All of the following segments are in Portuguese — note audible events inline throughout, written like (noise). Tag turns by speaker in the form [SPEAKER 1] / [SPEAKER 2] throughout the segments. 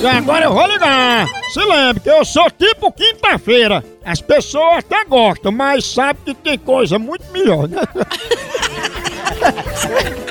[SPEAKER 1] E agora eu vou ligar. Se lembre que eu sou tipo quinta-feira. As pessoas até gostam, mas sabem que tem coisa muito melhor, né? (laughs)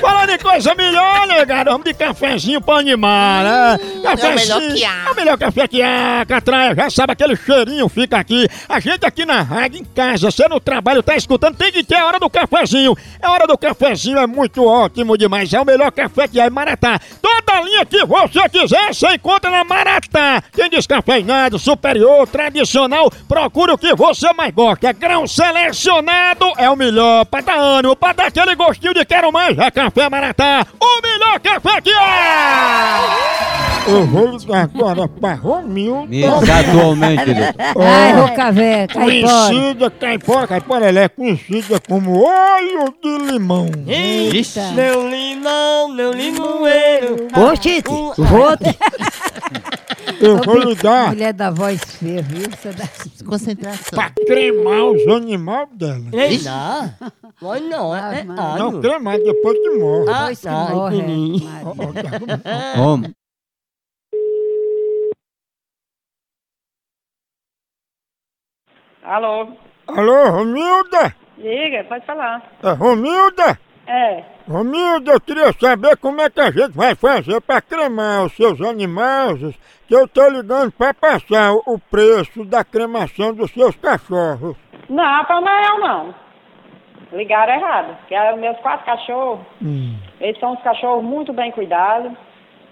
[SPEAKER 1] Falando em coisa melhor, né, garoto? De cafezinho pra animar, né? Cafezinho.
[SPEAKER 2] Hum, melhor que há.
[SPEAKER 1] É o melhor café que há, Catraia. Já sabe, aquele cheirinho fica aqui. A gente aqui na rádio, em casa, você no trabalho, tá escutando, tem que ter a hora do cafezinho. A hora do cafezinho é muito ótimo demais. É o melhor café que há em Maratá. Toda linha que você quiser, você encontra na Maratá. Quem diz cafeinado, superior, tradicional, procure o que você mais gosta. É Grão selecionado é o melhor pra dar ânimo, pra dar aquele gostinho de quero mais. É Café Maratá, o melhor café que há! Eu vou ligar agora pra Romildo.
[SPEAKER 3] Exatamente, Lito.
[SPEAKER 4] Ai, Rocavé, cai fora.
[SPEAKER 1] Conhecida, Caipora, Caipora, ela é conhecida como Olho de Limão.
[SPEAKER 3] Ixi.
[SPEAKER 5] Meu limão, meu limoeiro.
[SPEAKER 4] Ô, Tite, vou te-
[SPEAKER 1] Eu vou ligar
[SPEAKER 4] Mulher da voz feia, viu? Você dá-
[SPEAKER 2] Concentração.
[SPEAKER 1] pra cremar os animais dela.
[SPEAKER 5] Ei, não. Mas não, é, é
[SPEAKER 4] Não,
[SPEAKER 1] Não
[SPEAKER 5] alho.
[SPEAKER 1] cremar depois que morre.
[SPEAKER 5] Ah,
[SPEAKER 4] Pois que
[SPEAKER 5] ai,
[SPEAKER 4] morre,
[SPEAKER 5] menino.
[SPEAKER 4] é,
[SPEAKER 1] Ó,
[SPEAKER 4] Maria.
[SPEAKER 1] ó, tá bom.
[SPEAKER 3] Homem.
[SPEAKER 6] Alô?
[SPEAKER 1] Alô, Romilda?
[SPEAKER 6] Diga, pode falar.
[SPEAKER 1] É Romilda?
[SPEAKER 6] É.
[SPEAKER 1] Romilda, eu queria saber como é que a gente vai fazer pra cremar os seus animais, que eu tô ligando pra passar o- o preço da cremação dos seus cachorros.
[SPEAKER 6] Não, pra Mael não. Ligaram errado. Que é os meus quatro cachorros, eles são uns cachorros muito bem cuidados.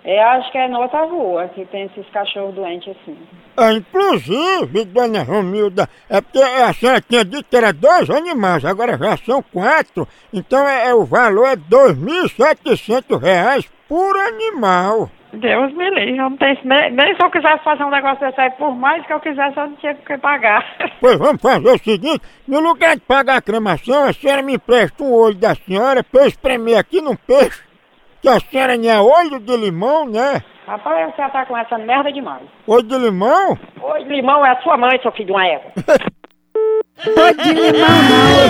[SPEAKER 6] Eu acho que é nossa rua que tem esses cachorros doentes assim.
[SPEAKER 1] É, inclusive, dona Romilda, é porque a senhora tinha dito que era dois animais, agora já são quatro, então é, é- o valor é R$ 2.700 reais por animal.
[SPEAKER 6] Deus me livre, eu não tenho nem, nem se eu quisesse fazer um negócio desse aí, por mais que eu quisesse, eu não tinha que pagar. (laughs)
[SPEAKER 1] Pois vamos fazer o seguinte, no lugar de pagar a cremação, a senhora me empresta um olho da senhora pra eu espremer aqui num peixe, que a senhora não é olho de limão, né?
[SPEAKER 6] Rapaz, você tá com essa merda demais.
[SPEAKER 1] Olho de limão?
[SPEAKER 6] Oi, limão é a sua mãe, seu filho de uma égua.
[SPEAKER 4] Pô, de limão não.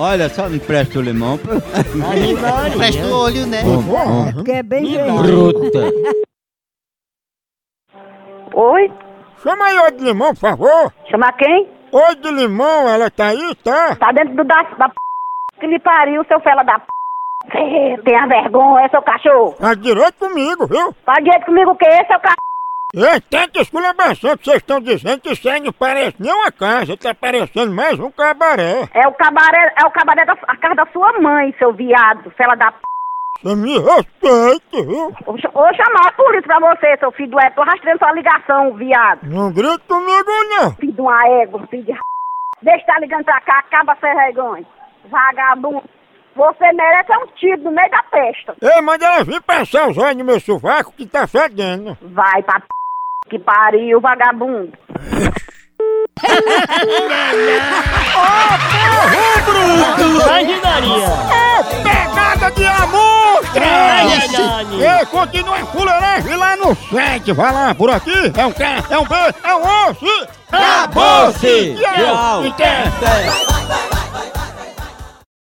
[SPEAKER 3] Olha, só me empresta o limão. pra-
[SPEAKER 5] Ai, Maria.
[SPEAKER 2] Presta o olho, né?
[SPEAKER 3] Homem,
[SPEAKER 4] É
[SPEAKER 3] homem.
[SPEAKER 1] Uhum.
[SPEAKER 4] porque é bem feio.
[SPEAKER 3] Bruta.
[SPEAKER 6] Oi?
[SPEAKER 1] Chama aí olho de limão, por favor.
[SPEAKER 6] Chamar quem?
[SPEAKER 1] Olho de limão, ela tá aí, tá?
[SPEAKER 6] Tá dentro do da, da p... que me pariu, seu fela da p... Tenha vergonha, seu cachorro.
[SPEAKER 1] Faz Tá direito comigo, viu?
[SPEAKER 6] Faz direito comigo o quê, seu cachorro?
[SPEAKER 1] Ei, tanta esculhambação que vocês estão dizendo que isso aí não parece nem uma casa, tá parecendo mais um cabaré.
[SPEAKER 6] É o cabaré, é o cabaré da a casa da sua mãe, seu viado, fela da p...
[SPEAKER 1] Você me respeita, viu?
[SPEAKER 6] Vou ch- vou chamar por isso pra você, seu filho do égua. Tô rastreando sua ligação, viado.
[SPEAKER 1] Não grita comigo, não.
[SPEAKER 6] Filho de uma égua, filho de... r****. Deixa tá ligando pra cá, acaba sem vergonha. Vagabundo. Você merece é um tiro no meio da testa.
[SPEAKER 1] Ei, manda ela vir passar os olhos no meu sovaco que tá fedendo.
[SPEAKER 6] Vai pra p... que pariu, vagabundo.
[SPEAKER 5] Imaginaria.
[SPEAKER 1] Pegada de amostra!
[SPEAKER 5] Ai, ai,
[SPEAKER 1] Ei, continua a fuleiragem lá no site. Vai lá, por aqui. É um K, é um B, é um osso.
[SPEAKER 3] Acabou-se!
[SPEAKER 1] Tchau!
[SPEAKER 3] Tchau!
[SPEAKER 1] E é tchau.
[SPEAKER 3] Tchau.
[SPEAKER 2] Vai, vai, vai, vai.